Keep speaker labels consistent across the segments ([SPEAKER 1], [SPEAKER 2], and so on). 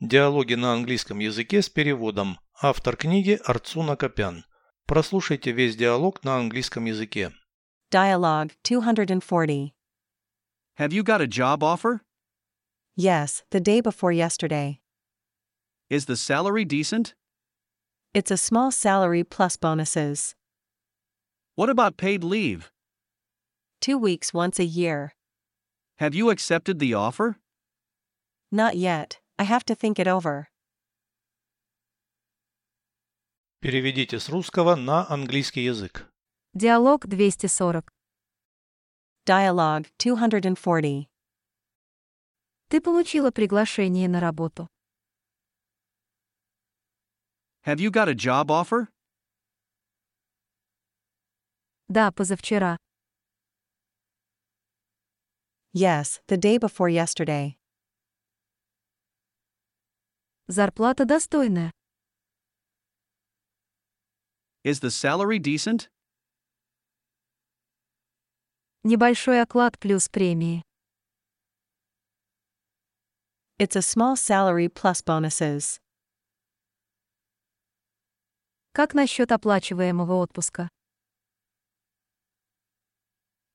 [SPEAKER 1] Диалоги на английском языке с переводом. Автор книги Арцуна Копян. Прослушайте весь диалог на английском языке.
[SPEAKER 2] Dialogue 240.
[SPEAKER 3] Have you got a job offer?
[SPEAKER 2] Yes, the day before yesterday.
[SPEAKER 3] Is the salary decent?
[SPEAKER 2] It's a small salary plus bonuses.
[SPEAKER 3] What about paid leave?
[SPEAKER 2] Two weeks once a year.
[SPEAKER 3] Have you accepted the offer?
[SPEAKER 2] Not yet, I have to think it over.
[SPEAKER 1] Переведите с русского на английский язык.
[SPEAKER 4] Диалог 240.
[SPEAKER 2] Dialogue 240.
[SPEAKER 4] Ты получила приглашение на работу.
[SPEAKER 3] Have you got a job offer?
[SPEAKER 4] Да, позавчера.
[SPEAKER 2] Yes, the day before yesterday.
[SPEAKER 4] Зарплата достойная.
[SPEAKER 3] Is the salary decent?
[SPEAKER 4] Небольшой оклад плюс премии.
[SPEAKER 2] It's a small salary plus bonuses.
[SPEAKER 4] Как насчет оплачиваемого отпуска?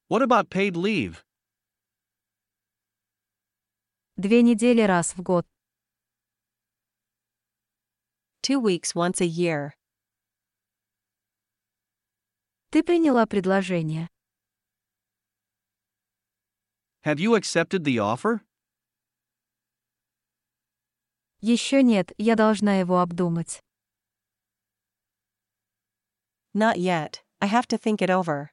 [SPEAKER 3] What about paid leave?
[SPEAKER 4] Две недели раз в год.
[SPEAKER 2] Two weeks once a year.
[SPEAKER 4] Ты приняла предложение.
[SPEAKER 3] Have you accepted the offer?
[SPEAKER 4] Еще нет, я должна его обдумать.
[SPEAKER 2] Not yet, I have to think it over.